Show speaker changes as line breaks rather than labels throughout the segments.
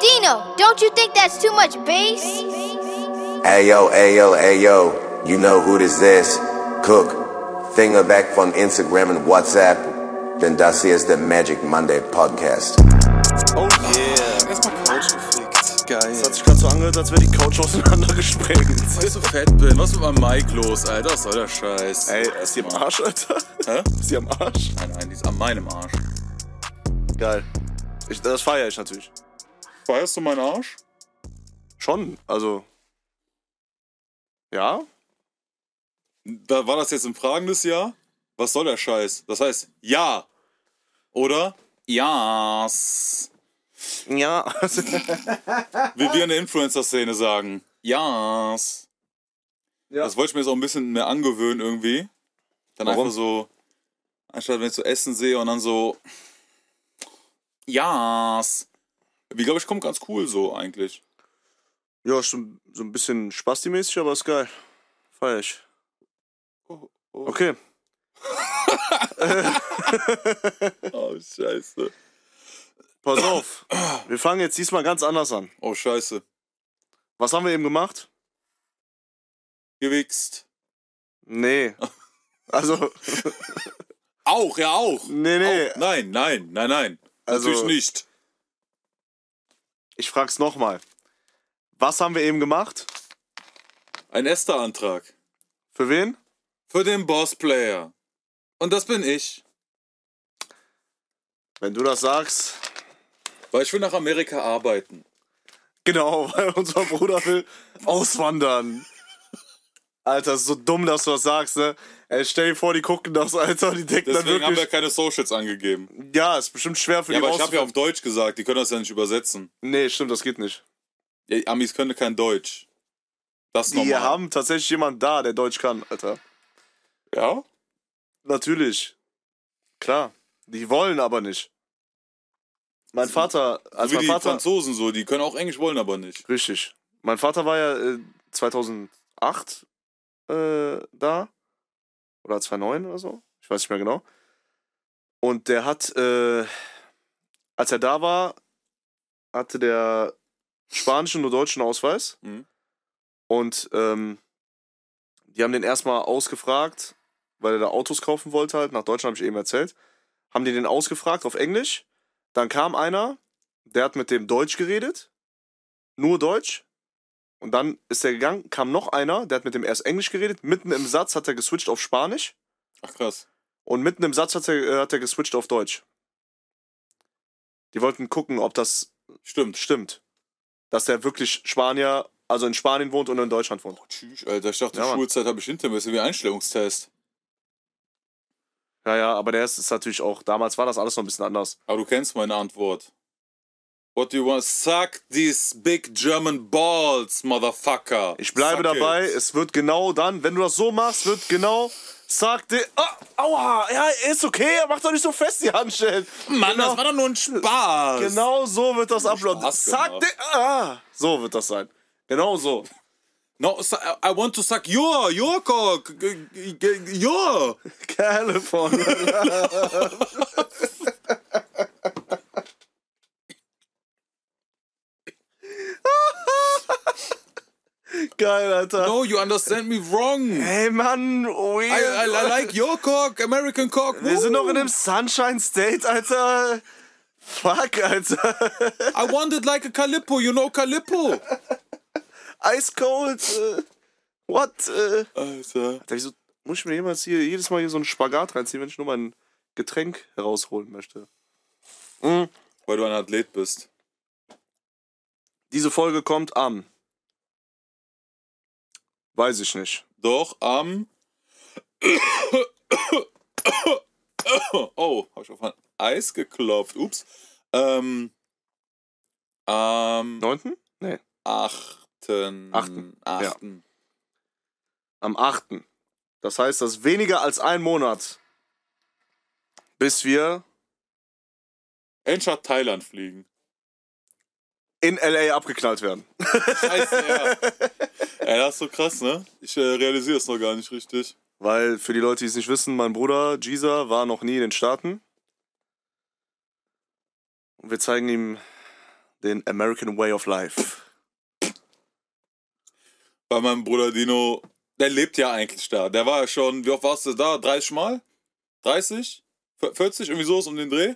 Dino, don't you think that's too much bass?
Ayo, ayo, ayo, you know who this is. Cook, finger back from Instagram and WhatsApp. Denn das hier ist der Magic Monday Podcast.
Oh yeah. Erstmal Couch gefickt. Geil. Das hat sich gerade so angehört, als wäre die Couch auseinandergesprengt.
Weil ich so fett bin. Was ist mit meinem Mike los, Alter? Was soll der Scheiß?
Ey, ist die am Arsch, Alter?
Hä?
Ist die am Arsch?
Nein, nein, die ist an meinem Arsch.
Geil. Ich, das feiere ich natürlich.
Feierst du meinen Arsch?
Schon, also. Ja?
Da war das jetzt ein fragendes Ja? Was soll der Scheiß? Das heißt, ja. Oder? Ja's.
Ja.
Wie wir in der Influencer-Szene sagen. Ja's.
Ja.
Das wollte ich mir jetzt auch ein bisschen mehr angewöhnen irgendwie. Dann
Warum?
einfach so, anstatt wenn ich so Essen sehe und dann so. Ja's. Wie glaube ich, kommt ganz cool so eigentlich.
ja, ist so, so ein bisschen spastimäßig, aber ist geil. Feier ich. Okay.
Oh, scheiße.
Pass auf. Wir fangen jetzt diesmal ganz anders an.
Oh, scheiße.
Was haben wir eben gemacht?
Gewichst.
Nee. Also,
Auch, ja auch.
nee, nee.
Auch. Nein, nein, nein, nein.
Also-
Natürlich nicht.
Ich frag's nochmal. Was haben wir eben gemacht?
Ein Esther-Antrag.
Für wen?
Für den Boss-Player. Und das bin ich.
Wenn du das sagst.
Weil ich will nach Amerika arbeiten.
Genau, weil unser Bruder will auswandern. Alter, ist so dumm, dass du das sagst, ne? Ey, stell dir vor, die gucken das, Alter, die denken dann
Deswegen haben wir
wirklich.
keine Socials angegeben.
Ja, ist bestimmt schwer für
Ja,
die
aber ich habe ja
rauszufinden.
auf Deutsch gesagt. Die können das ja nicht übersetzen.
Nee, stimmt, das geht nicht.
Ja, Amis können kein Deutsch. Das ist
Die
normal.
haben tatsächlich jemanden da, der Deutsch kann, Alter.
ja?
Natürlich. Klar. Die wollen aber nicht. Mein Vater,
Also
also
wie
mein
die
Vater.
Franzosen so. Die können auch Englisch, wollen aber nicht.
Richtig. Mein Vater war ja äh, 2008 äh, da. Oder 2009 oder so. Ich weiß nicht mehr genau. Und der hat, äh, als er da war, hatte der spanischen und deutschen Ausweis.
Mhm.
Und ähm, die haben den erstmal ausgefragt, weil er da Autos kaufen wollte halt. Nach Deutschland habe ich eben erzählt. Haben die den ausgefragt auf Englisch. Dann kam einer, der hat mit dem Deutsch geredet nur Deutsch. Und dann ist er gegangen, kam noch einer, der hat mit dem erst Englisch geredet. Mitten im Satz hat er geswitcht auf Spanisch.
Ach krass.
Und mitten im Satz hat er, äh, hat er geswitcht auf Deutsch. Die wollten gucken, ob das
Stimmt.
stimmt. Dass er wirklich Spanier, also in Spanien wohnt und in Deutschland wohnt.
Oh, tschüss, Alter. Ich dachte,
Ja, Mann.
Schulzeit habe ich hinter mir. Das ist wie ein Einstellungstest.
Ja, ja, aber der ist, ist natürlich auch, damals war das alles noch ein bisschen anders.
Aber du kennst meine Antwort. What do you want? Suck these big German balls, motherfucker.
Ich bleibe
Suck
dabei,
it.
es wird genau dann, wenn du das so machst, wird genau, sag dir, ah, aua, ja, ist okay, mach doch nicht so fest die Handstellen.
Mann,
Genau.
das war doch nur ein Spaß.
Genau so wird das ablaufen.
Spaß
Zack,
gemacht.
de- ah, so wird das sein. Genau so.
No, su- I want to suck your, your cock. G- g- g- Your.
California. Geil, Alter.
No, you understand me wrong. I,
Hey, Mann. we-
I, I like your cock, American cock.
Wir sind
Woo.
noch in dem Sunshine State, Alter. Fuck, Alter.
I want it like a Calippo, you know Calippo.
Ice cold. äh, What? äh.
Alter.
Da hab ich so, muss ich mir jemals hier, jedes Mal hier so einen Spagat reinziehen, wenn ich nur mein Getränk herausholen möchte? Mhm.
Weil du ein Athlet bist.
Diese Folge kommt am. Weiß ich nicht.
Doch am. Oh, habe ich auf ein Eis geklopft. Ups. Ähm. Am
Neunten? Nee.
achten
Achten, ja.
achten
Am achten. Das heißt, das ist weniger als ein Monat. Bis wir
Endstadt Thailand fliegen.
in LA abgeknallt werden.
Scheiße, ja. Ey, das ist so krass, ne? Ich äh, realisiere es noch gar nicht richtig.
Weil für die Leute, die es nicht wissen, mein Bruder Giza war noch nie in den Staaten. Und wir zeigen ihm den American Way of Life.
Bei meinem Bruder Dino, der lebt ja eigentlich da. Der war ja schon, wie oft warst du da? 30 Mal? 30? 40? Irgendwie so ist um den Dreh?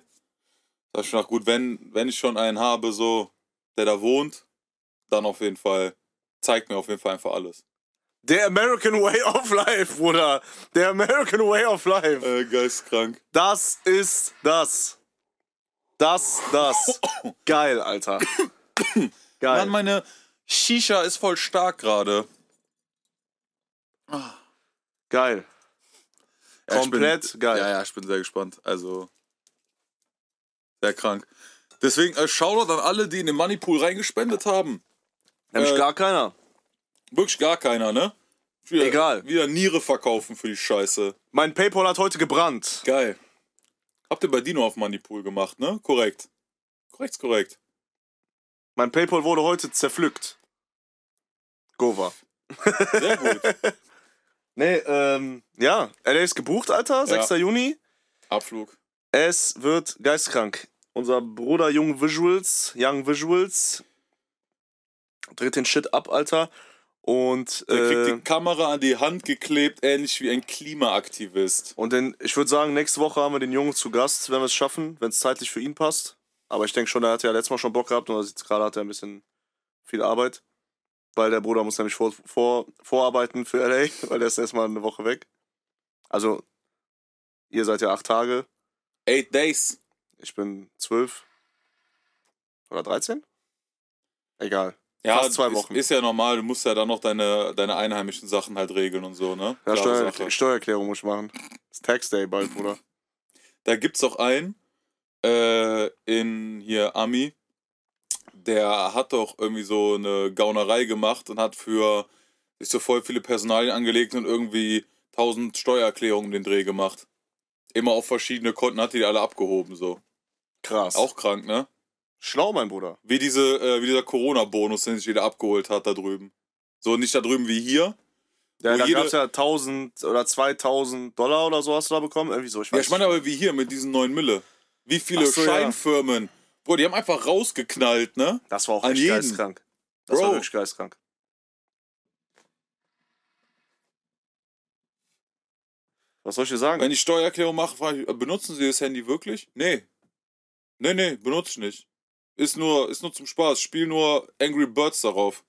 Da hab ich gedacht, gut, wenn, wenn ich schon einen habe, so, der da wohnt, dann auf jeden Fall, zeigt mir auf jeden Fall einfach alles.
Der American Way of Life, Bruder. Der American Way of Life.
Äh, geistkrank.
Das ist das. Das, das. Geil, Alter. Geil.
Mann, meine Shisha ist voll stark gerade.
Geil.
Ja, ich
Komplett
bin,
geil.
Ja, ja, ich bin sehr gespannt. Also, sehr krank. Deswegen, äh, Shoutout an alle, die in den Moneypool reingespendet haben.
Nämlich
Äh,
gar keiner.
Wirklich gar keiner, ne? Wieder,
Egal.
Wieder Niere verkaufen für die Scheiße.
Mein PayPal hat heute gebrannt.
Geil. Habt ihr bei Dino auf Moneypool gemacht, ne? Korrekt. Korrekt, ist korrekt.
Mein PayPal wurde heute zerpflückt. Gova.
Sehr gut.
Nee, ähm, ja. LA ist gebucht, Alter. 6. Juni.
Abflug.
Es wird geistkrank. Unser Bruder Young Visuals, Young Visuals, dreht den Shit ab, Alter. Und,
Der kriegt
äh,
die Kamera an die Hand geklebt, ähnlich wie ein Klimaaktivist.
und den, ich würde sagen, nächste Woche haben wir den Jungen zu Gast, wenn wir es schaffen, wenn es zeitlich für ihn passt. Aber ich denke schon, er hat ja letztes Mal schon Bock gehabt, nur jetzt gerade hat er ein bisschen viel Arbeit. Weil der Bruder muss nämlich vor, vor, vorarbeiten für LA, weil der ist erstmal eine Woche weg. Also, ihr seid ja acht Tage,
Eight Days.
ich bin zwölf oder 13? Egal.
Ja,
Fast zwei Wochen.
Ist, ist ja normal, du musst ja dann noch deine, deine einheimischen Sachen halt regeln und so, ne?
Ja,
Klare
Steuer,
Sache.
Steuererklärung muss ich machen. Ist Tax Day bald, Bruder.
Da gibt's auch einen äh, in hier Ami, der hat doch irgendwie so eine Gaunerei gemacht und hat für sich so voll viele Personalien angelegt und irgendwie 1000 Steuererklärungen um den Dreh gemacht. Immer auf verschiedene Konten hat die, die alle abgehoben so.
Krass. Auch
Auch krank, ne?
schlau, mein Bruder.
Wie diese äh, wie dieser Corona Bonus, den sich jeder abgeholt hat da drüben. So nicht da drüben wie hier.
Ja,
Wo
da
jede-
gab's ja 1000 oder 2000 Dollar oder so hast du da bekommen. Irgendwie so, ich weiß
Ja, ich meine aber wie hier mit diesen neuen Mille. Wie viele
Ach so, ja.
Scheinfirmen. Bro, die haben einfach rausgeknallt, ne?
nicht. Das war auch
an
echt
jeden.
geisteskrank. Das war
Bro.
wirklich geisteskrank. Was soll ich dir sagen?
Wenn ich Steuererklärung mache, frage ich, äh, benutzen Sie das Handy wirklich? Nee. Nee, nee, benutze ich nicht. Ist nur, ist nur zum Spaß. Spiel nur Angry Birds darauf.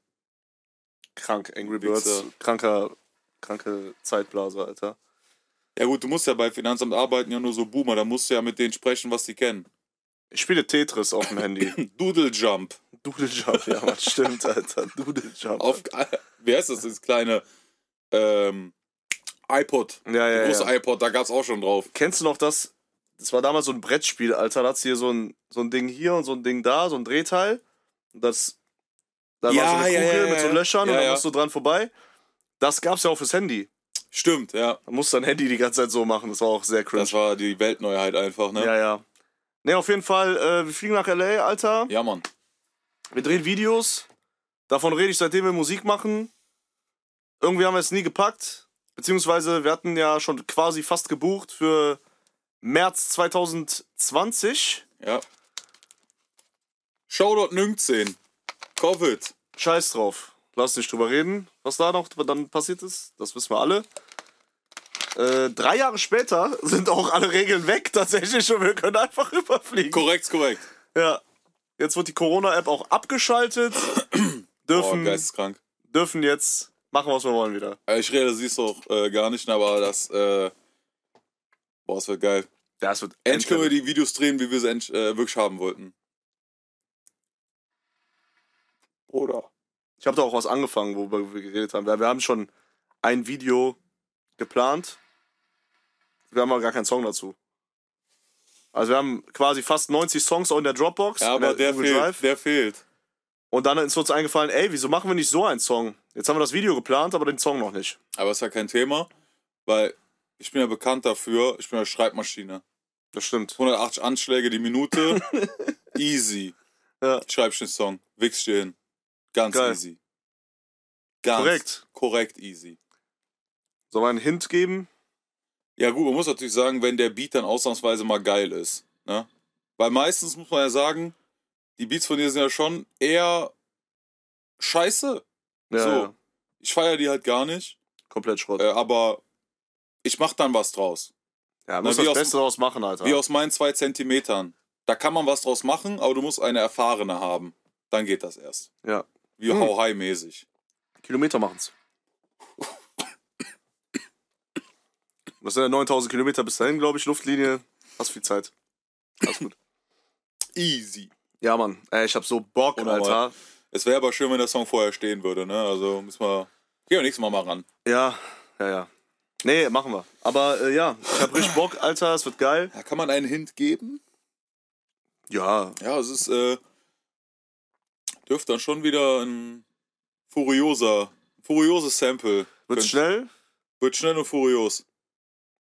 Krank, Angry
Wichser.
Birds, kranker, kranke Zeitblase, Alter.
Ja gut, du musst ja bei Finanzamt arbeiten, ja nur so Boomer. Da musst du ja mit denen sprechen, was die kennen.
Ich spiele Tetris auf dem Handy.
Doodle Jump.
Doodlejump, ja, man stimmt, Alter. Doodlejump.
Auf, wie heißt das? Das kleine ähm, iPod.
ja,
Der
ja,
große
ja.
iPod, da gab's auch schon drauf.
Kennst du noch das? Das war damals so ein Brettspiel, Alter. Da hat's hier so ein, so ein Ding hier und so ein Ding da, so ein Drehteil. Und das. Da
Ja,
war so eine
ja,
Kugel
ja,
mit so
ja.
Löchern und
Ja,
da
ja.
musst du dran vorbei. Das gab's ja auch fürs Handy.
Stimmt, ja.
Da musst du dein Handy die ganze Zeit so machen. Das war auch sehr cringe.
Das war die Weltneuheit einfach, ne?
Ja, ja. Ne, auf jeden Fall, äh, wir fliegen nach LA, Alter.
ja Mann.
Wir drehen Videos. Davon rede ich, seitdem wir Musik machen. Irgendwie haben wir es nie gepackt. Beziehungsweise wir hatten ja schon quasi fast gebucht für März 2020.
Ja. Shoutout Nüngzehn. Covid.
Scheiß drauf. Lass nicht drüber reden, was da noch dann passiert ist. Das wissen wir alle. Äh, drei Jahre später sind auch alle Regeln weg, tatsächlich, und wir können einfach überfliegen.
Korrekt, ist korrekt.
Ja. Jetzt wird die Corona-App auch abgeschaltet.
Oh,
dürfen,
geisteskrank.
dürfen jetzt machen, was wir wollen wieder.
Äh, Ich realisiere es auch äh, gar nicht, aber das, äh, boah, das wird geil.
Das wird
Endlich können wir die Videos drehen, wie wir sie endlich, äh, wirklich haben wollten. Oder?
Ich habe da auch was angefangen, worüber wir geredet haben. Wir, wir haben schon ein Video geplant. Wir haben aber gar keinen Song dazu. Also wir haben quasi fast 90 Songs auch in der Dropbox.
Ja, aber
in
der
Google
fehlt, der fehlt.
Und dann ist uns eingefallen, ey, wieso machen wir nicht so einen Song? Jetzt haben wir das Video geplant, aber den Song noch nicht.
Aber ist ja kein Thema, weil ich bin ja bekannt dafür, ich bin ja Schreibmaschine.
Das stimmt.
180 Anschläge die Minute, easy.
Ja.
Schreibst einen Song, wickst dir hin. Ganz
Geil.
easy. Ganz
Korrekt.
Korrekt easy.
Soll man einen Hint geben?
Ja gut, man muss natürlich sagen, wenn der Beat dann ausnahmsweise mal geil ist. Ne? Weil meistens muss man ja sagen, die Beats von dir sind ja schon eher scheiße.
Ja,
so.
ja,
Ich feiere die halt gar nicht,
komplett Schrott.
äh, aber ich mach dann was draus.
ja, muss
wie
das
aus-
Beste draus machen, Alter.
Wie aus meinen zwei Zentimetern. Da kann man was draus machen, aber du musst eine erfahrene haben. Dann geht das erst.
Ja.
Wie
Hm.
How High mäßig.
Kilometer machen's. Das sind ja 9000 Kilometer bis dahin, glaube ich, Luftlinie. Hast viel Zeit. Alles gut.
Easy.
Ja, Mann. Ey, ich hab so Bock,
Unnormal.
Alter.
Es wäre aber schön, wenn der Song vorher stehen würde, ne? Also müssen wir. Gehen wir nächstes Mal mal ran.
Ja, ja, ja. Nee, machen wir. Aber äh, ja, ich hab richtig Bock, Alter. Es wird geil.
Ja, kann man einen Hint geben?
Ja,
Ja, es ist, äh, dürfte dann schon wieder ein furioser, furioses Sample.
wird's
Könnt-
schnell?
Wird schnell und furios.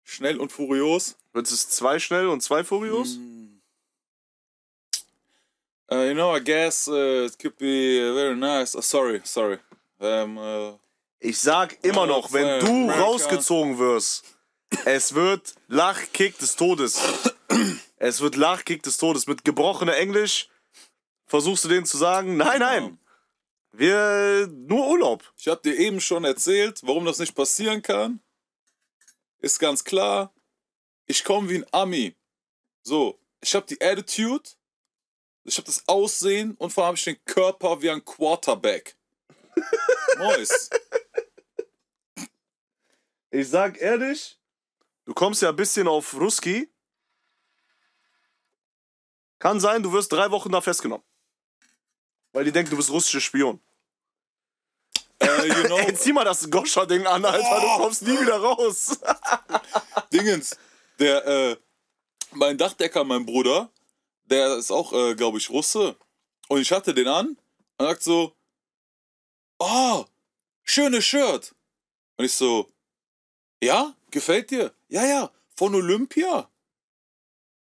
Schnell und furios.
Wird's es zwei schnell und zwei furios?
Mm. Uh, you know, I guess uh, it could be uh, very nice. Oh, sorry, sorry. Um, uh,
Ich sag immer noch, wenn du
America.
rausgezogen wirst, es wird Lachkick des Todes. Es wird Lachkick des Todes. Mit gebrochener Englisch versuchst du denen zu sagen, nein, nein, Genau. wir nur Urlaub.
Ich habe dir eben schon erzählt, warum das nicht passieren kann. Ist ganz klar. Ich komme wie ein Ami. So, ich habe die Attitude, ich habe das Aussehen und vor allem habe ich den Körper wie ein Quarterback. Nice.
Ich sag ehrlich, du kommst ja ein bisschen auf Ruski. Kann sein, du wirst drei Wochen da festgenommen. Weil die denken, du bist russischer Spion.
Äh, you
Ey,
know,
zieh mal das Goscha-Ding an, Alter, du kommst nie wieder raus.
Dingens, der, äh, mein Dachdecker, mein Bruder, der ist auch, äh, glaube ich, Russe. Und ich hatte den an und sagt so, oh, schönes Shirt. Und ich so, ja, gefällt dir? Ja, ja, von Olympia.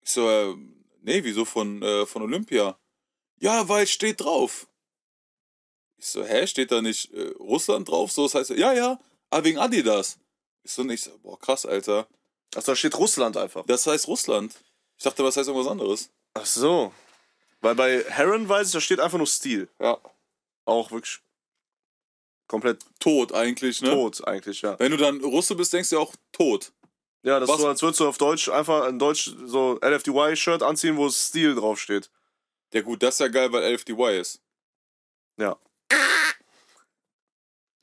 Ich so, äh, nee, wieso von, äh, von Olympia? Ja, weil es steht drauf. Ich so, hä, steht da nicht äh, Russland drauf? So, das heißt, ja, ja, aber wegen Adidas. Ich so, nicht, so, boah, krass, Alter.
Also da steht Russland einfach.
Das heißt Russland. Ich dachte, was heißt irgendwas anderes?
Ach so. Weil bei Heron weiß ich, da steht einfach nur Stil.
Ja.
Auch wirklich komplett
Tod eigentlich, ne?
tot eigentlich, ja.
Wenn du dann Russe bist, denkst du ja auch tot.
Ja, das
Was-
ist so, als würdest du auf Deutsch einfach ein Deutsch so LFDY-Shirt anziehen, wo Stil draufsteht.
Ja gut, das ist ja geil, weil LFDY ist.
Ja.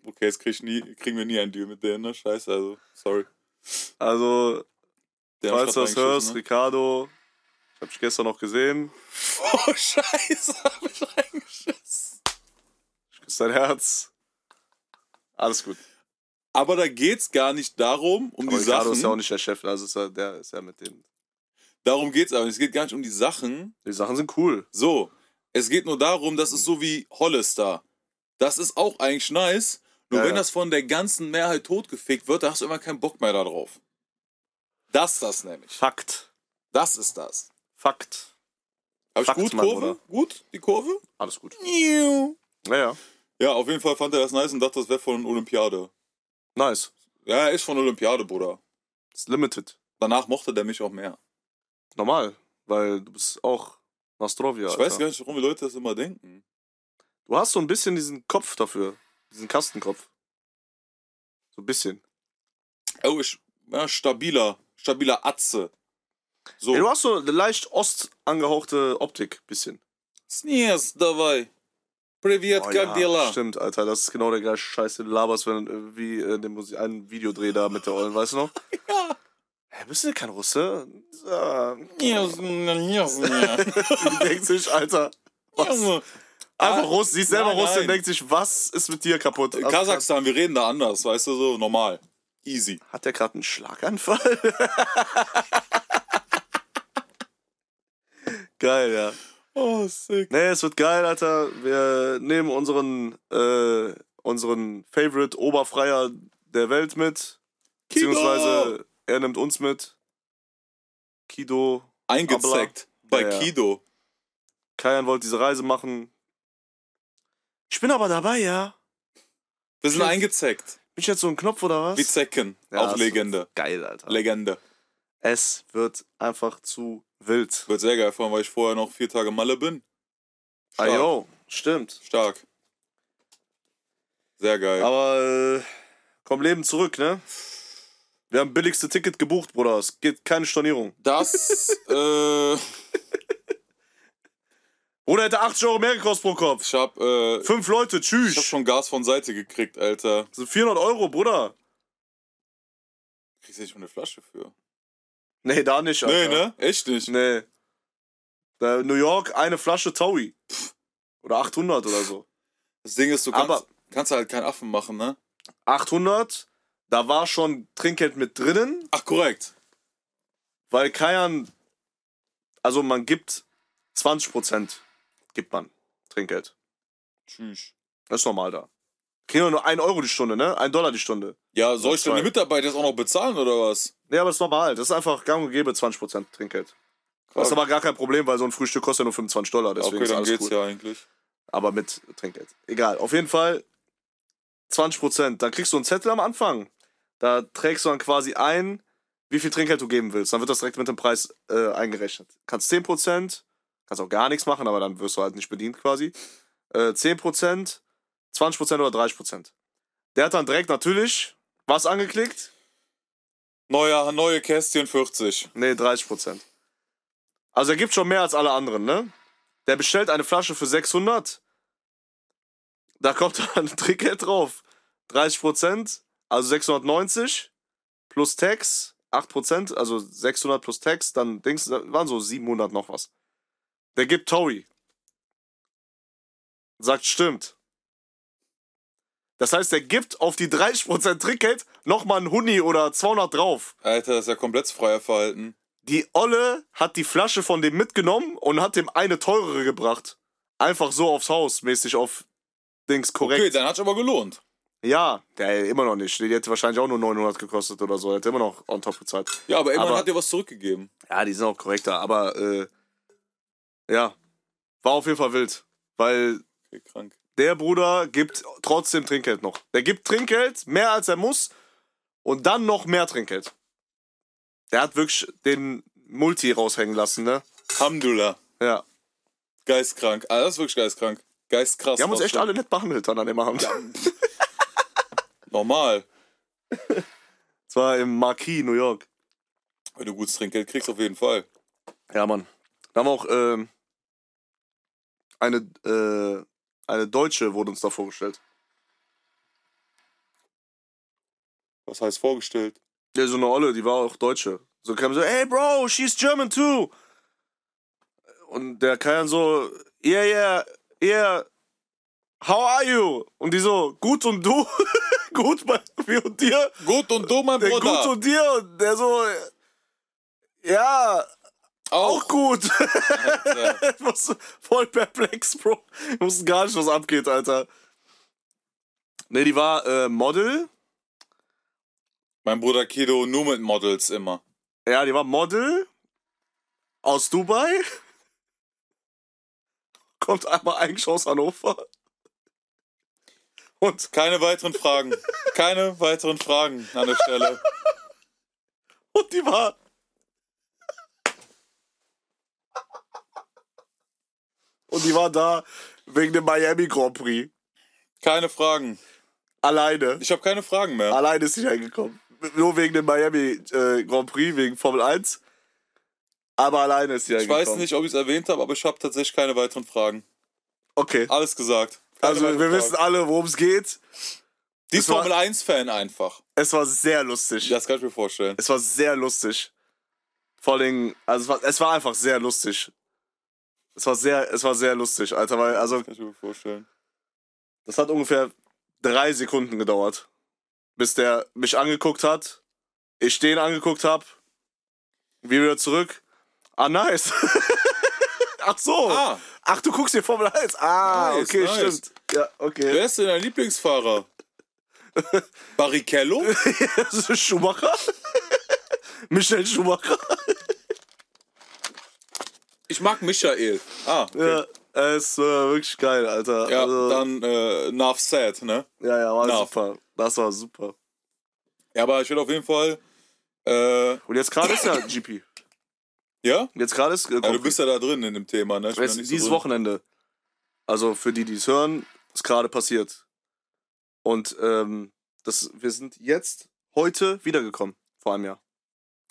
Okay, jetzt krieg ich nie, kriegen wir nie einen Deal mit denen, ne? Scheiße, also, sorry.
Also,
Der hat
falls du das
gerade
hörst,
reingeschissen,
Ricardo, ich hab dich gestern noch gesehen,
ne? Oh, scheiße, hab ich reingeschissen.
ich küsse dein Herz. Alles gut.
Aber da geht's gar nicht darum, um
Aber
die
Ricardo
Sachen.
ist ja auch nicht der Chef, also ist ja, der ist ja mit den.
Darum geht's aber nicht. Es geht gar nicht um die Sachen,
Die Sachen sind cool.
So, es geht nur darum, das ist so wie Hollister. Das ist auch eigentlich nice, nur
Ja,
wenn
ja.
das von der ganzen Mehrheit totgefickt wird, da hast du immer keinen Bock mehr darauf. Das ist das nämlich.
Fakt.
Das ist das.
Fakt.
Hab ich
Fakt,
gut
Mann,
Kurve?
oder?
Gut, die Kurve?
Alles gut.
Miau.
Naja,
Ja, auf jeden Fall fand er das nice und dachte, das wäre von Olympiade.
nice.
Ja, er ist von Olympiade, Bruder.
Ist limited.
Danach mochte der mich auch mehr.
Normal, weil du bist auch Nostrovia.
ich
Alter.
weiß gar nicht, warum die Leute das immer denken.
Du hast so ein bisschen diesen Kopf dafür. Diesen Kastenkopf. So ein bisschen.
Oh, ich, ja, stabiler, stabiler Atze. So,
Ey, du hast so eine leicht ost angehauchte Optik. Bisschen.
Sneers dabei. Privet,
Oh
oh,
ja,
как дела?
Stimmt, Alter. Das ist genau der gleiche Scheiß, den du laberst, wenn äh, wie äh, in dem Musik einen Videodreh da mit der Ollen, weißt du noch?
Ja.
Hä, bist du kein Russe? Ja.
Hier ist ein- hier ist ein-
Die denkt sich, Alter. Was? Einfach Russ, sie ist selber
Nein,
Russe und
nein.
denkt sich, was ist mit dir kaputt? Also,
Kasachstan, wir reden da anders, weißt du, so normal. Easy.
Hat der gerade einen Schlaganfall? geil, ja.
Oh, sick.
Nee, es wird geil, Alter. Wir nehmen unseren, äh, unseren Favorite Oberfreier der Welt mit.
Kido!
Beziehungsweise er nimmt uns mit. Kido.
Eingezeckt bei
Ja, ja.
Kido.
Kajan wollte diese Reise machen. Ich bin aber dabei, ja.
Wir sind
Shit.
eingezeckt.
Bin ich jetzt so ein Knopf oder was?
Wie Zecken.
Ja,
auch
das
Legende.
wird Geil, Alter.
Legende.
es wird einfach zu wild.
Wird sehr geil, vor allem, weil ich vorher noch vier Tage Malle bin.
Ah,
Stark.
yo, stimmt.
Stark. Sehr geil.
Aber äh, komm Leben zurück, ne? Wir haben billigste Ticket gebucht, Bruder. Es geht keine Stornierung.
Das, äh,
Bruder hätte 80 Euro mehr gekostet pro Kopf.
ich hab, äh, ich
Fünf Leute, tschüss.
hab schon Gas von Seite gekriegt, Alter.
Das sind 400 Euro, Bruder.
Kriegst du nicht mal eine Flasche für?
Nee, da nicht,
Nee,
Alter.
ne? Echt nicht.
Nee. Da, New York, eine Flasche Taui. Oder 800 oder so.
Das Ding ist, du kannst,
Aber-
kannst halt keinen Affen machen, ne?
800, da war schon Trinkgeld mit drinnen,
Ach, korrekt.
weil Kajan, also man gibt 20%, gibt man Trinkgeld.
Tschüss.
Das ist normal da. Kriegen wir nur 1 Euro die Stunde, ne? 1 Dollar die Stunde.
Ja, soll ich denn
Zwei.
die Mitarbeiter jetzt auch noch bezahlen oder was?
Nee, aber das ist normal. Das ist einfach gang und gäbe 20% Trinkgeld. Das ist aber gar kein Problem, weil so ein Frühstück kostet ja nur 25 Dollar. Deswegen
okay,
ist
dann
alles
geht's
cool.
ja eigentlich.
aber mit Trinkgeld. Egal, auf jeden Fall 20%. Dann kriegst du einen Zettel am Anfang. Da trägst du dann quasi ein, wie viel Trinkgeld du geben willst. Dann wird das direkt mit dem Preis äh, eingerechnet. Kannst 10%, kannst auch gar nichts machen, aber dann wirst du halt nicht bedient quasi. Äh, 10%, 20% oder 30%. Der hat dann direkt natürlich was angeklickt?
Neuer, neue Kästchen 40.
Nee, 30%. Also er gibt schon mehr als alle anderen, ne? Der bestellt eine Flasche für 600. Da kommt dann ein Trinkgeld drauf. 30%, also 690 plus Tax, 8%, also 600 plus Tax, dann Dings, da waren so 700 noch was. Der gibt Tory. Sagt, stimmt. Das heißt, der gibt auf die 30% Trinkgeld nochmal einen Huni oder 200 drauf.
Alter, das ist ja komplett freier Verhalten.
Die Olle hat die Flasche von dem mitgenommen und hat dem eine teurere gebracht. Einfach so aufs Haus, mäßig auf Dings korrekt.
Okay, dann hat's aber gelohnt.
Ja, der immer noch nicht. Die hätte wahrscheinlich auch nur 900 gekostet oder so. Hätte immer noch on top bezahlt.
Ja, aber immerhin
Aber-
hat dir was zurückgegeben.
Ja, die sind auch korrekter, aber äh, ja, war auf jeden Fall wild. Weil
Okay, krank.
der Bruder gibt trotzdem Trinkgeld noch. Der gibt Trinkgeld, mehr als er muss und dann noch mehr Trinkgeld. Der hat wirklich den Multi raushängen lassen, ne?
Hamdullah.
Ja.
Geistkrank. Ah, das ist wirklich geistkrank. Geistkrass.
Die haben uns
war
echt
schon.
alle nett behandelt dann an dem Abend.
Normal.
Das war im Marquis, New York.
Wenn du gutes Trinkgeld kriegst, auf jeden Fall.
Ja, Mann. Da haben wir auch ähm, eine, äh, eine Deutsche wurde uns da vorgestellt.
Was heißt vorgestellt?
Ja, so eine Olle, die war auch Deutsche. So kam so, hey Bro, she's German too. Und der Kajan so, yeah, yeah, yeah, how are you? Und die so, gut und du? gut bei mir und dir?
Gut und du, mein
Der
Bruder.
gut und dir? Und der so, ja, auch
auch.
gut.
Alter.
Ich muss voll perplex, Bro. Ich wusste gar nicht, was abgeht, Alter. Ne, die war äh, Model.
mein Bruder Kido nur mit Models immer.
Ja, die war Model. Aus Dubai. Kommt einmal eigentlich aus Hannover. Und,
Keine weiteren Fragen. Keine weiteren Fragen an der Stelle.
und die war. Und die war da wegen dem Miami Grand Prix.
Keine Fragen.
Alleine.
Ich habe keine Fragen mehr.
Alleine ist nicht reingekommen. Nur wegen dem Miami äh, Grand Prix, wegen Formel 1. Aber alleine ist sie
Ich
reingekommen.
weiß nicht, ob ich es erwähnt habe, aber ich habe tatsächlich keine weiteren Fragen.
Okay.
Alles gesagt. Keine
Also, wir
weiteren Fragen.
wissen alle, worum es geht.
Die
es
ist
war-
Formel 1-Fan einfach.
Es war sehr lustig.
Das kann ich mir vorstellen.
Es war sehr lustig. Vor allem, also es war, es war einfach sehr lustig. Es war sehr, es war sehr lustig, Alter, weil, also,
Das kann ich mir vorstellen.
das hat ungefähr drei Sekunden gedauert, bis der mich angeguckt hat, ich den angeguckt habe, wir wieder zurück. Ah, nice. Ach so.
Ah,
Ach, du guckst hier Formel 1. Ah,
Nice,
okay,
nice.
stimmt. Ja, okay.
wer ist denn dein Lieblingsfahrer? Barrichello?
Das ist Schumacher. Michel Schumacher.
Ich mag Michael. Ah, okay.
Ja, er ist äh, wirklich geil, Alter.
ja
also,
dann äh, Nav Sad, ne?
ja, ja, war
Na.
super. Das war super.
Ja, aber ich will auf jeden Fall. Äh,
Und jetzt gerade ist ja GP.
ja?
Jetzt gerade ist. Äh,
ja?
Grand
Du
Prix.
bist ja da drin in dem Thema, ne? Ich bin
Jetzt
da nicht so
dieses
drin.
Wochenende. Also für die, die es hören, ist gerade passiert. Und ähm, das, wir sind jetzt heute wiedergekommen, vor einem Jahr.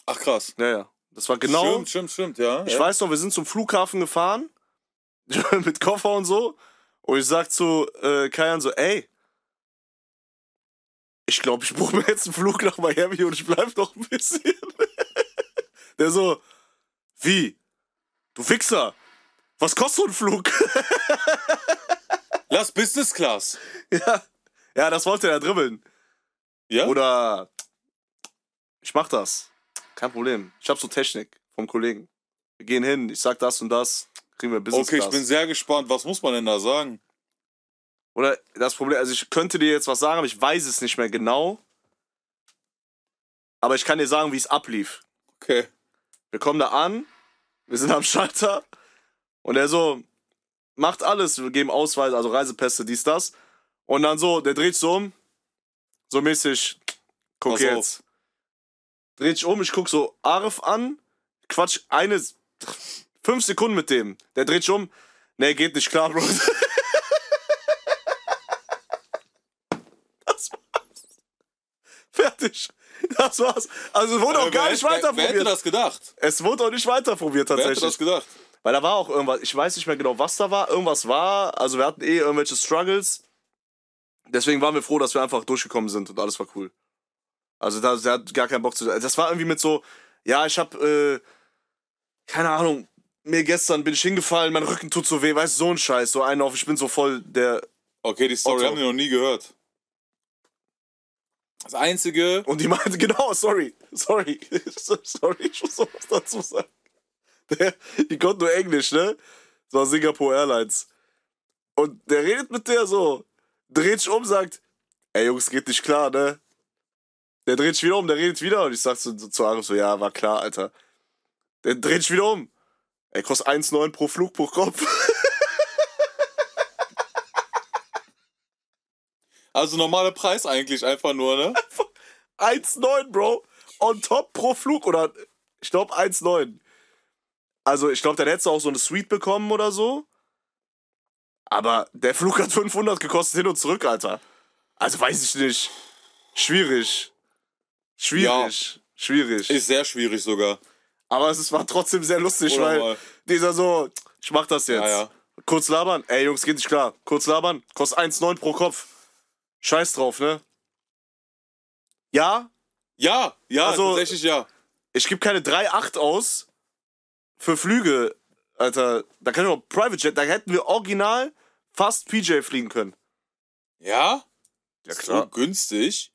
Ach krass.
Ja, ja. Das war genau.
Stimmt, stimmt, stimmt, ja.
Ich
ja.
weiß noch, wir sind zum Flughafen gefahren mit Koffer und so. Und ich sag zu äh, Kajan so, ey, ich glaube, ich buche mir jetzt einen Flug nach Miami und ich bleib noch ein bisschen. Der so, wie? Du Fixer, was kostet so ein Flug?
Lass Business Class.
ja. ja, das wollte er dribbeln.
Ja?
Oder ich mach das. Kein Problem. Ich hab so Technik vom Kollegen. Wir gehen hin, ich sag das und das, kriegen wir Business
okay, ich
Class.
bin sehr gespannt. Was muss man denn da sagen?
Oder das Problem, also ich könnte dir jetzt was sagen, aber ich weiß es nicht mehr genau. Aber ich kann dir sagen, wie es ablief.
Okay.
Wir kommen da an, wir sind am Schalter und er so macht alles, wir geben Ausweise, also Reisepässe, dies, das. Und dann so, der dreht sich so um, so mäßig, guck
Pass auf.
jetzt. Dreht sich um, ich guck so Arif an, quatsch eine, fünf Sekunden mit dem. Der dreht sich um, nee, geht nicht klar, Bro. Das war's. Fertig. Das war's. Also wurde auch
Äh,
gar
wer-
nicht
wer- Wer hätte
weiterprobiert.
das gedacht?
Es wurde auch nicht weiter probiert
Wer hätte das
tatsächlich.
gedacht?
Weil da war auch irgendwas, ich weiß nicht mehr genau, was da war. Irgendwas war, also wir hatten eh irgendwelche Struggles. Deswegen waren wir froh, dass wir einfach durchgekommen sind und alles war cool. Also da der hat gar keinen Bock zu. Das war irgendwie mit so, ja, ich hab, äh, keine Ahnung, mir gestern bin ich hingefallen, mein Rücken tut so weh, weißt du, so ein Scheiß, so einen auf, ich bin so voll der.
Okay, die Story
Otto.
haben wir noch nie gehört. Das Einzige,
Und die meinte, genau, sorry, sorry, sorry, ich muss noch was dazu sagen. Der, die konnte nur Englisch, ne? Das war Singapore Airlines. Und der redet mit der so, dreht sich um, sagt, ey Jungs, geht nicht klar, ne? Der dreht sich wieder um, der redet wieder. Und ich sag so, so zu Arif so, ja, war klar, Alter. Der dreht sich wieder um. Ey, kostet 1,9 pro Flug pro Kopf.
also normaler Preis eigentlich einfach nur, ne?
1,9, Bro. On top pro Flug oder ich glaube 1,9. Also ich glaube, dann hättest du auch so eine Suite bekommen oder so. Aber der Flug hat 500 gekostet hin und zurück, Alter. Also weiß ich nicht. Schwierig. Schwierig. Schwierig.
Ist sehr schwierig sogar.
Aber es war trotzdem sehr lustig,
Oder
weil
mal.
dieser so, ich mach das jetzt.
Ja, ja.
Kurz labern. Ey, Jungs, geht nicht klar. Kurz labern. Kostet 1,9 pro Kopf. Scheiß drauf, ne? Ja,
Ja, ja,
Also-
tatsächlich ja.
ich gebe keine 3,8 aus für Flüge, Alter. Da kann ich auch Private Jet, da hätten wir original fast PJ fliegen können.
Ja?
Ja,
So günstig.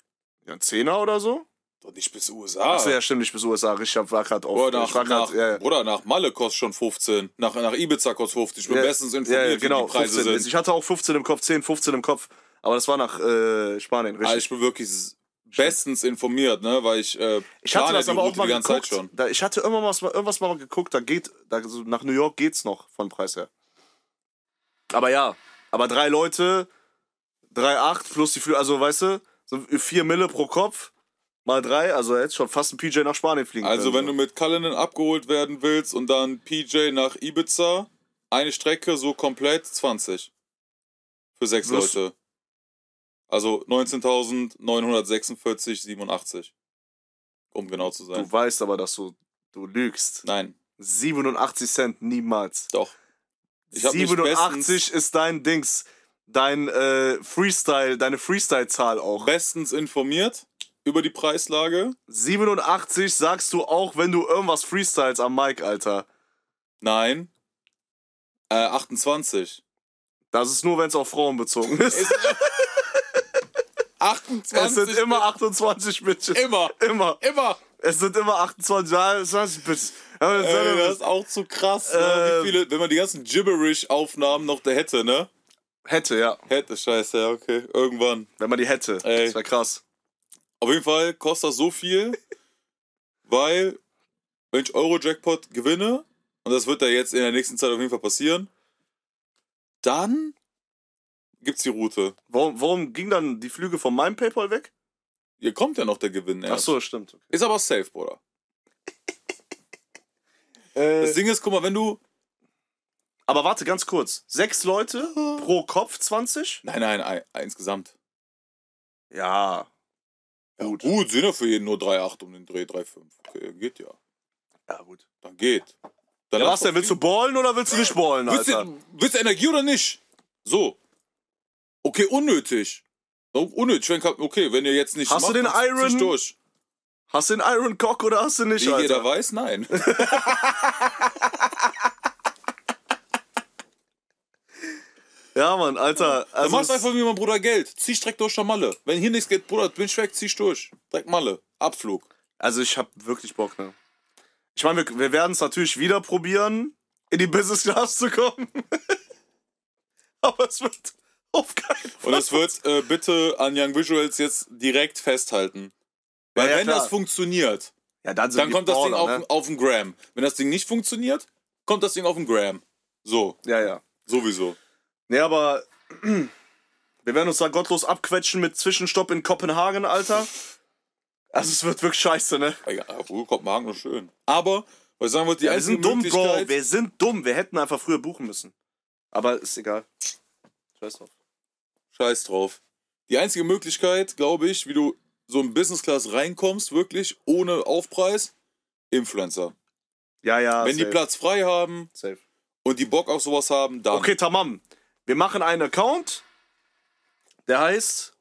Ja, ein Zehner oder so?
Doch nicht bis USA.
Achso, ja, stimmt, nicht bis USA. Ich hab- war gerade auf.
Oder
ich
nach,
war grad,
nach,
ja, ja.
Bruder, nach Malle kostet schon 15. Nach, nach Ibiza kostet 50. Ich bin
Ja,
bestens
ja,
informiert,
ja, genau,
wie die Preise
15.
sind.
Ich hatte auch 15 im Kopf, 10, 15 im Kopf. Aber das war nach äh, Spanien, richtig.
Also ich bin wirklich s- bestens informiert, ne? Weil ich, äh,
Ich hatte
plane
das
die
aber auch
Route
mal
die ganze
geguckt.
Zeit schon.
Da, ich hatte immer mal, was- irgendwas mal geguckt, da geht, da, so nach New York geht's noch von Preis her. Aber ja, aber drei Leute, 3,8 plus die Flüge, also weißt du, so 4 Mille pro Kopf mal drei, also jetzt schon fast ein PJ nach Spanien fliegen
Also wenn
können.
du mit Cullinan abgeholt werden willst und dann PJ nach Ibiza, eine Strecke so komplett 20. Für sechs
Plus-
Leute. Also 19.946,87. Um genau zu sein.
du weißt aber, dass du, du lügst.
Nein,
87 Cent niemals.
doch. Ich hab mich
87 ist dein Dings, dein äh, Freestyle, deine Freestyle-Zahl auch.
bestens informiert über die Preislage.
87 sagst du auch, wenn du irgendwas freestyles am Mic, Alter.
Nein. Äh, 28.
Das ist nur, wenn es auf Frauen bezogen ist. es
28.
sind immer 28 Bitches.
Immer.
Immer.
Immer.
Es sind immer 28, 28 Bitches. Aber das
Ey, das
das
ist auch zu krass,
Äh,
ne? wie viele, wenn man die ganzen Gibberish-Aufnahmen noch da hätte, ne?
hätte, ja.
Hätte, scheiße, ja, okay. Irgendwann.
Wenn man die hätte.
Ey.
Das wäre krass.
Auf jeden Fall kostet das so viel, weil wenn ich Euro-Jackpot gewinne, und das wird ja jetzt in der nächsten Zeit auf jeden Fall passieren, dann gibt's die Route.
Warum, warum ging dann die Flüge von meinem Paypal weg?
Hier kommt ja noch der Gewinn erst.
Ach so, stimmt.
Ist aber safe, Bruder.
Äh,
Äh. Das Ding ist, guck mal, wenn du
Aber warte ganz kurz. Sechs Leute pro Kopf 20?
Nein, nein, ein, insgesamt.
Ja.
Gut. Gut, sind ja für jeden nur 3,8 um den Dreh, 3,5. Okay, geht ja.
Ja, gut.
Dann geht. Dann
Ja,
lass
was denn?
doch
Willst du ballen oder willst du nicht ballen,
Willst
Alter?
du, willst du Energie oder nicht? So. Okay, unnötig. Oh, Unnötig. Wenn, okay, wenn ihr jetzt nicht
Hast du den
dann
Iron?
zieh's durch.
Hast du den Iron Cock oder hast du nicht,
Wie jeder
Alter?
weiß, nein.
Ja, Mann, Alter.
Dann
Also
machst einfach wie mein Bruder Geld. Zieh direkt durch nach Malle. Wenn hier nichts geht, Bruder, bin ich weg, zieh durch. Direkt Malle. Abflug.
Also ich habe wirklich Bock, ne? Ich meine, wir, wir werden es natürlich wieder probieren, in die Business Class zu kommen. Aber es wird auf keinen Fall.
Und das wird äh, bitte an Young Visuals jetzt direkt festhalten. Weil
ja,
wenn
klar.
das funktioniert,
ja, dann sind
dann
wir
kommt das Ding
Baller,
auf,
ne?
auf den Gram. Wenn das Ding nicht funktioniert, kommt das Ding auf den Gram. So,
Ja, ja.
sowieso.
Nee, aber wir werden uns da gottlos abquetschen mit Zwischenstopp in Kopenhagen, Alter. Also es wird wirklich scheiße, ne?
Ja, obwohl Kopenhagen noch schön. Aber, was ich sagen wollte, die
wir
einzige
sind dumm, Bro.
Möglichkeit...
Wir sind dumm. Wir hätten einfach früher buchen müssen. Aber ist egal. Scheiß drauf.
Scheiß drauf. Die einzige Möglichkeit, glaube ich, wie du so in Business Class reinkommst, wirklich ohne Aufpreis, Influencer.
Ja, ja.
wenn die
Ah, safe,
Platz frei haben
safe.
und die Bock auf sowas haben, dann.
Okay, tamam. Wir machen einen Account, der heißt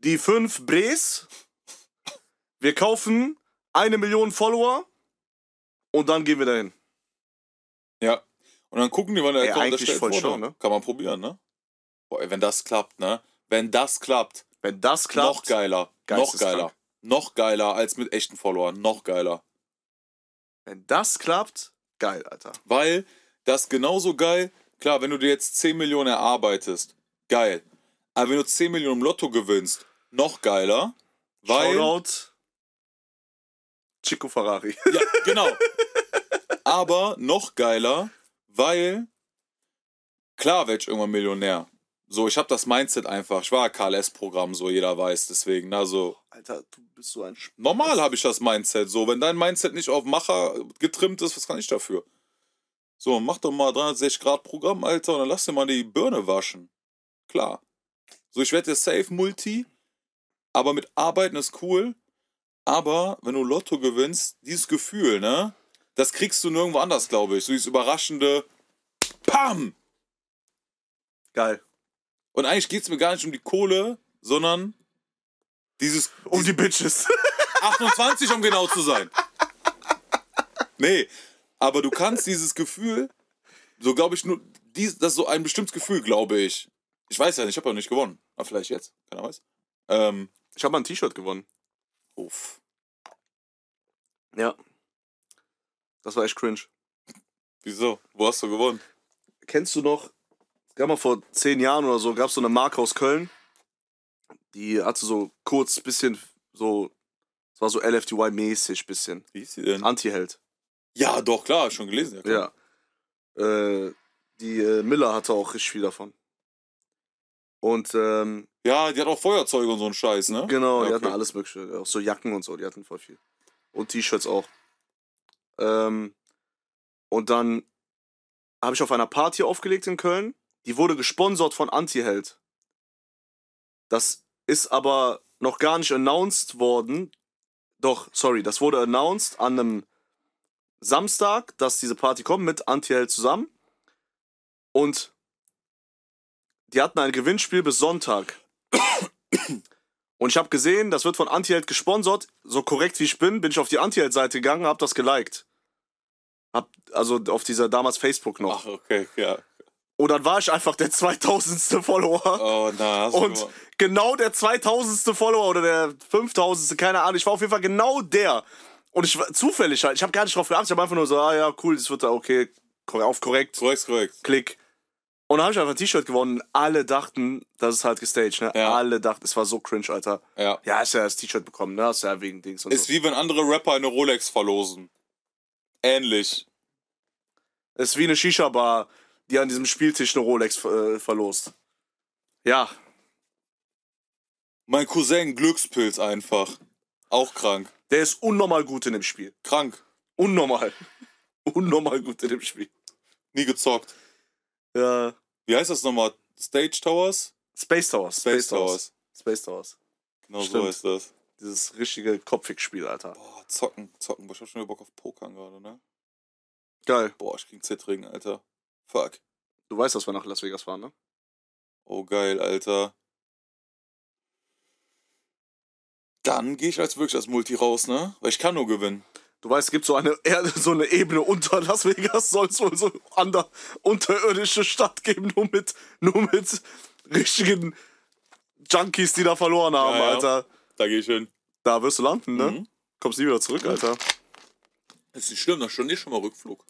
die 5 Bres. Wir kaufen eine Million Follower und dann gehen wir dahin.
Ja. Und dann gucken die, wann der
Ey,
Account
eigentlich
erstellt
voll
wurde.
schon, ne?
Kann man probieren, ne? Boah, ey, wenn das klappt, ne? Wenn das klappt,
Wenn das klappt,
noch geiler. Noch
Geisteskrank.
geiler. Noch geiler als mit echten Followern. Noch geiler.
wenn das klappt, geil, Alter.
Weil das genauso geil, klar, wenn du dir jetzt 10 Millionen erarbeitest, geil. Aber wenn du 10 Millionen im Lotto gewinnst, noch geiler. Weil.
Shoutout Chico Ferrari.
Ja, genau. Aber noch geiler, weil klar werde ich irgendwann Millionär. So, ich habe das Mindset einfach. Ich war KLS-Programm, so jeder weiß. Deswegen, also
Alter, du bist so ein Sch
normal habe ich das Mindset. So, wenn dein Mindset nicht auf Macher getrimmt ist, was kann ich dafür? So, mach doch mal 360-Grad-Programm, Alter, und dann lass dir mal die Birne waschen. Klar. So, ich werde jetzt safe Multi, aber mit Arbeiten ist cool. Aber wenn du Lotto gewinnst, dieses Gefühl, ne? Das kriegst du nirgendwo anders, glaube ich. So dieses überraschende PAM!
Geil.
Und eigentlich geht es mir gar nicht um die Kohle, sondern dieses,
Um die Bitches.
28, um genau zu sein. Nee, aber du kannst dieses Gefühl, so glaube ich, nur, dies, das ist so ein bestimmtes Gefühl, glaube ich. Ich weiß ja nicht, ich habe ja nicht gewonnen. Aber vielleicht jetzt, keiner weiß. Ähm,
Ich habe mal ein T-Shirt gewonnen.
uff.
Ja. Das war echt cringe.
Wieso? Wo hast du gewonnen?
kennst du noch, es gab mal vor zehn Jahren oder so, gab es so eine Marke aus Köln, die hatte so kurz bisschen so, es war so LFDY-mäßig bisschen.
Wie hieß die denn?
Anti-Held.
Ja, doch, klar, schon gelesen. klar.
Ja. Äh, die äh, Miller hatte auch richtig viel davon. Und ähm,
ja, die hat auch Feuerzeuge und so einen Scheiß, ne?
genau,
ja,
die hatten alles mögliche. Auch so Jacken und so, die hatten voll viel. Und T-Shirts auch. Ähm, und dann habe ich auf einer Party aufgelegt in Köln. Die wurde gesponsert von Antiheld. Das ist aber noch gar nicht announced worden. Doch, sorry, das wurde announced an einem Samstag, dass diese Party kommt mit Antiheld zusammen. Und die hatten ein Gewinnspiel bis Sonntag. Und ich habe gesehen, das wird von Antiheld gesponsert. So korrekt wie ich bin, bin ich auf die Antiheld-Seite gegangen, habe das geliked. Hab, also auf dieser damals Facebook noch.
Ach, okay, ja.
Und dann war ich einfach der 2000. Follower.
Oh, na, hast
Und
du gewonnen.
genau der 2000. Follower oder der 5000. keine Ahnung. Ich war auf jeden Fall genau der. Und ich war zufällig halt. Ich habe gar nicht drauf geachtet. Ich habe einfach nur so, ah ja, cool, das wird da okay. kor- Auf korrekt,
Korrekt, korrekt.
klick. Und dann habe ich einfach ein T-Shirt gewonnen. Alle dachten, das ist halt gestaged, ne?
Ja.
Alle dachten, es war so cringe, Alter.
Ja.
Ja, hast ja das T-Shirt bekommen, ne? Hast ja wegen Dings und
Ist
so.
wie wenn andere Rapper eine Rolex verlosen. Ähnlich.
Ist wie eine Shisha-Bar, die an diesem Spieltisch eine Rolex äh, verlost. Ja,
Mein Cousin Glückspilz einfach. Auch krank.
der ist unnormal gut in dem Spiel.
Krank.
Unnormal. Unnormal gut in dem Spiel.
Nie gezockt.
Ja.
Wie heißt das nochmal? Stage Towers?
Space Towers.
Space Towers.
Space Towers.
Genau
Stimmt.
so ist das.
Dieses richtige Kopfwickspiel, Alter.
Boah, zocken, zocken. Boah, ich hab schon wieder Bock auf Pokern gerade, ne?
Geil.
Boah, ich krieg Zittrigen, Alter. Fuck.
Du weißt, dass wir nach Las Vegas fahren, ne?
Oh, geil, Alter. Dann gehe ich als wirklich als Multi raus, ne? Weil ich kann nur gewinnen.
Du weißt, es gibt so eine Erde, so eine Ebene unter Las Vegas, soll es wohl so eine unterirdische Stadt geben, nur mit, nur mit richtigen Junkies, die da verloren haben,
Ja, ja.
Alter.
Da gehe ich hin.
Da wirst du landen, ne?
Mhm.
Kommst nie wieder zurück, Alter.
Ist nicht schlimm, dann schon nicht schon mal Rückflug.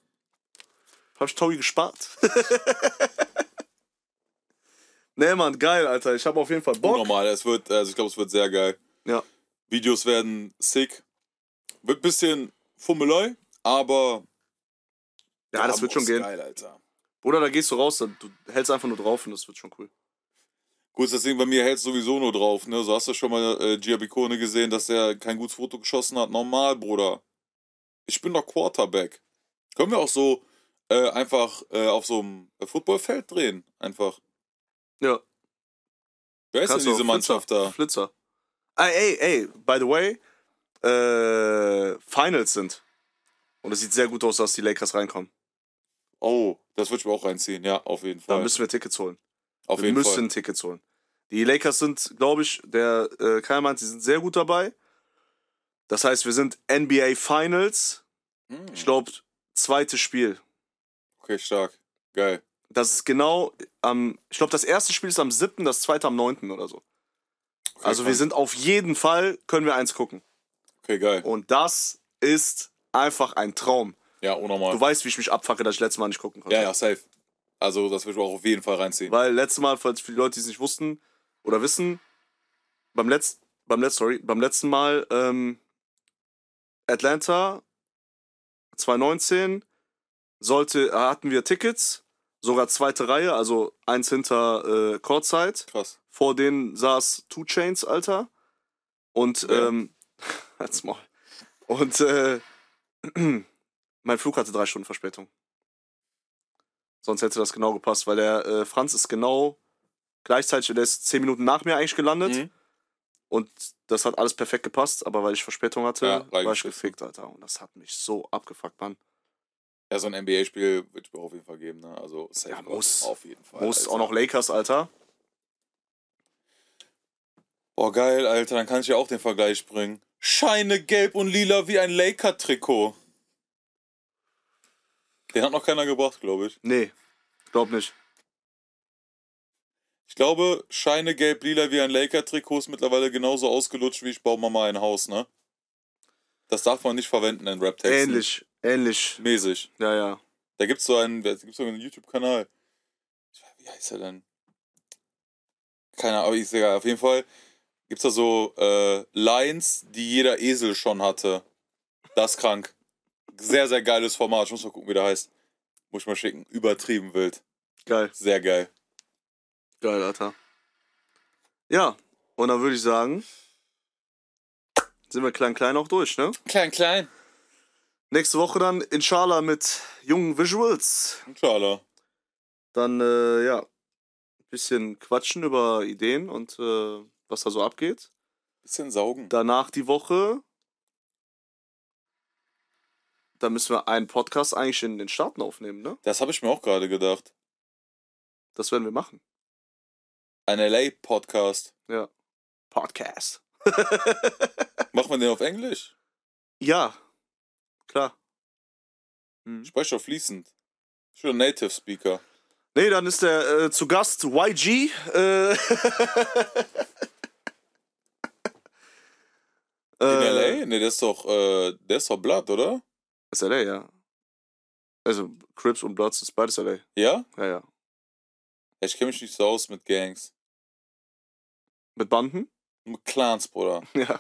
Hab ich Tobi gespart. nee, Mann, geil, Alter. Ich habe auf jeden Fall Bock.
Unnormal, es wird, also ich glaube, es wird sehr geil.
Ja.
Videos werden sick. Wird ein bisschen Fummelei, aber.
Ja, das wird schon
ist
gehen.
Geil, Alter.
Oder da gehst du raus, dann- du hältst einfach nur drauf und das wird schon cool.
Gut, das Ding bei mir hält sowieso nur drauf, ne? So hast du schon mal äh, Giabicone gesehen, dass er kein gutes Foto geschossen hat. Normal, Bruder. Ich bin doch Quarterback. Können wir auch so äh, einfach äh, auf so einem Footballfeld drehen? Einfach.
Ja.
Wer ist denn
du
diese
auch
Mannschaft
Flitzer,
da?
Flitzer. Ah, ey, ey, by the way, äh, Finals sind. Und es sieht sehr gut aus, dass die Lakers reinkommen.
Oh, das würde ich mir auch reinziehen, ja, auf jeden
Da
Fall.
müssen wir Tickets holen.
auf
wir
jeden
müssen
Fall.
Tickets holen. Die Lakers sind, glaube ich, der äh, Kai meint, sie sind sehr gut dabei. Das heißt, wir sind NBA Finals.
Hm.
Ich glaube, zweites Spiel.
Okay, stark. Geil.
Das ist genau am, ich glaube, das erste Spiel ist am 7., das zweite am 9. oder so.
Okay,
Also wir
krank.
sind auf jeden Fall, können wir eins gucken.
Okay, geil.
Und das ist einfach ein Traum.
Ja, unnormal.
Du weißt, ne? wie ich mich abfacke, dass ich letztes Mal nicht gucken konnte.
ja, ja, safe. Also, das würde ich auch auf jeden Fall reinziehen.
Weil letztes Mal, falls für die Leute, die es nicht wussten oder wissen, beim, Letz-, beim, Letz-, sorry, beim letzten Mal ähm, Atlanta 2019 sollte, hatten wir Tickets, sogar zweite Reihe, also eins hinter äh, Courtside.
Krass.
Vor denen saß Two Chains, Alter. Und,
Wer?
ähm, halt's Maul. Und, äh, mein Flug hatte drei Stunden Verspätung. Sonst hätte das genau gepasst, weil der äh, Franz ist genau gleichzeitig, der ist zehn Minuten nach mir eigentlich gelandet.
Mhm.
Und das hat alles perfekt gepasst, aber weil ich Verspätung hatte,
Ja,
war ich
reingeschissen.
gefickt, Alter. Und das hat mich so abgefuckt, Mann.
Ja, so ein NBA-Spiel würde ich mir auf jeden Fall geben, ne? Also, safe.
Ja, muss.
Auf jeden Fall.
Muss
Alter.
auch noch Lakers, Alter.
Boah, geil, Alter. Dann kann ich ja auch den Vergleich bringen. Scheine gelb und lila wie ein Laker-Trikot. Den hat noch keiner gebracht, glaube ich.
Nee, glaub nicht.
Ich glaube, Scheine gelb, lila wie ein Laker-Trikot ist mittlerweile genauso ausgelutscht wie ich baue Mama ein Haus, ne? Das darf man nicht verwenden in Rap-Texten.
Ähnlich, ähnlich.
Mäßig.
Ja, ja.
Da gibt's so einen, da gibt's so einen YouTube-Kanal. Ich weiß, Wie heißt er denn? Keine Ahnung, ist egal. Auf jeden Fall gibt's da so äh, Lines, die jeder Esel schon hatte. Das ist krank. Sehr, sehr geiles Format. Ich muss mal gucken, wie der heißt. Muss ich mal schicken. Übertrieben wild.
Geil.
Sehr geil.
Geil, Alter. Ja, und dann würde ich sagen, sind wir klein klein auch durch, ne?
Klein, klein.
Nächste Woche dann inshallah mit jungen Visuals.
Inshallah.
Dann äh, ja, ein bisschen quatschen über Ideen und äh, was da so abgeht.
Bisschen saugen.
Danach die Woche, da müssen wir einen Podcast eigentlich in den Staaten aufnehmen, ne?
Das habe ich mir auch gerade gedacht.
Das werden wir machen.
Ein LA-Podcast.
Podcast.
Macht man den auf Englisch?
Ja, klar.
Ich spreche doch fließend. Ich bin ein Native Speaker.
Nee, dann ist der äh, zu Gast YG. Äh,
In
Äh,
LA? Ne, der ist doch, äh, der ist doch Blatt, oder?
Ist LA, ja. Also Crips und Bloods ist beides LA.
Ja?
Ja, ja.
Ich kenne mich nicht so aus mit Gangs.
Mit Banden?
Mit Clans, Bruder.
Ja.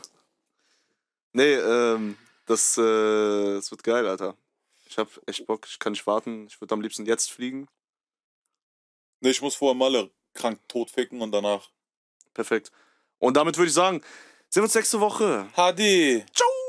Nee, ähm, das, äh, das wird geil, Alter. Ich hab echt Bock, ich kann nicht warten. Ich würde am liebsten jetzt fliegen.
Ne, ich muss vorher Malle krank tot ficken und danach.
Perfekt. Und damit würde ich sagen, sehen wir uns nächste Woche.
Hadi!
Ciao!